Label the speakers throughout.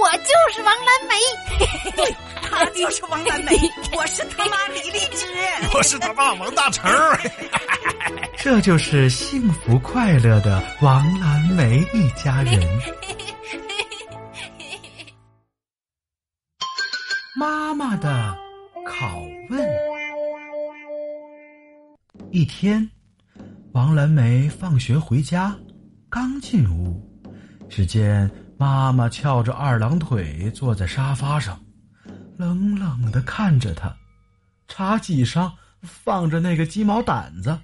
Speaker 1: 我就是王蓝梅。
Speaker 2: 对，她就是王蓝 梅，我是他妈李荔枝，
Speaker 3: 我是他爸王大成。
Speaker 4: 这就是幸福快乐的王蓝梅一家人。妈妈的拷问。一天，王蓝梅放学回家，刚进屋，只见妈妈翘着二郎腿坐在沙发上，冷冷的看着她。茶几上放着那个鸡毛掸子。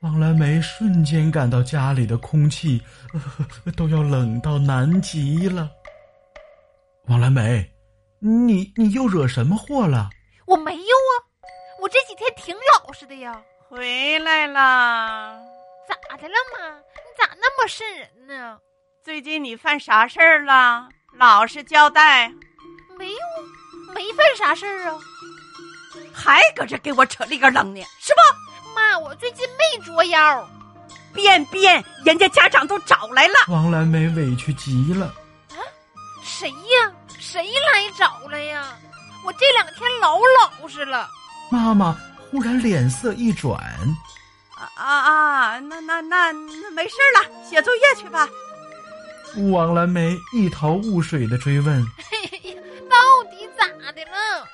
Speaker 4: 王蓝梅瞬间感到家里的空气、呃、 都要冷到南极了。王蓝梅，你你又惹什么祸了？
Speaker 1: 我没有啊，我这几天挺老实的呀。
Speaker 5: 回来啦？
Speaker 1: 咋的了妈？你咋那么瘆人呢？
Speaker 5: 最近你犯啥事儿了？老实交代。
Speaker 1: 没有，没犯啥事儿啊。
Speaker 2: 还搁这给我扯里个冷呢，是吧？
Speaker 1: 妈，我最近没捉妖，
Speaker 2: 变变，人家家长都找来了。
Speaker 4: 王蓝梅委屈极了。
Speaker 1: 啊，谁呀？谁来找了呀？我这两天老老实了。
Speaker 4: 妈妈忽然脸色一转，
Speaker 5: 啊啊啊！那那那那没事了，写作业去吧。
Speaker 4: 王蓝梅一头雾水的追问：“
Speaker 1: 到底咋的了？”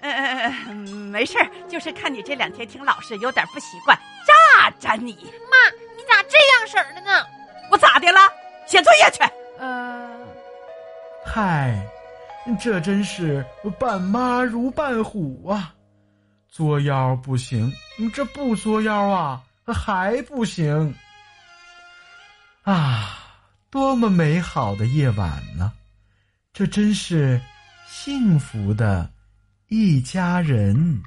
Speaker 5: 呃，没事儿，就是看你这两天挺老实，有点不习惯，炸着你。
Speaker 1: 妈，你咋这样式儿的呢？
Speaker 2: 我咋的了？写作业去。
Speaker 1: 呃，
Speaker 4: 嗨，这真是扮妈如扮虎啊！作妖不行，这不作妖啊还不行啊！多么美好的夜晚呢、啊！这真是幸福的。一家人。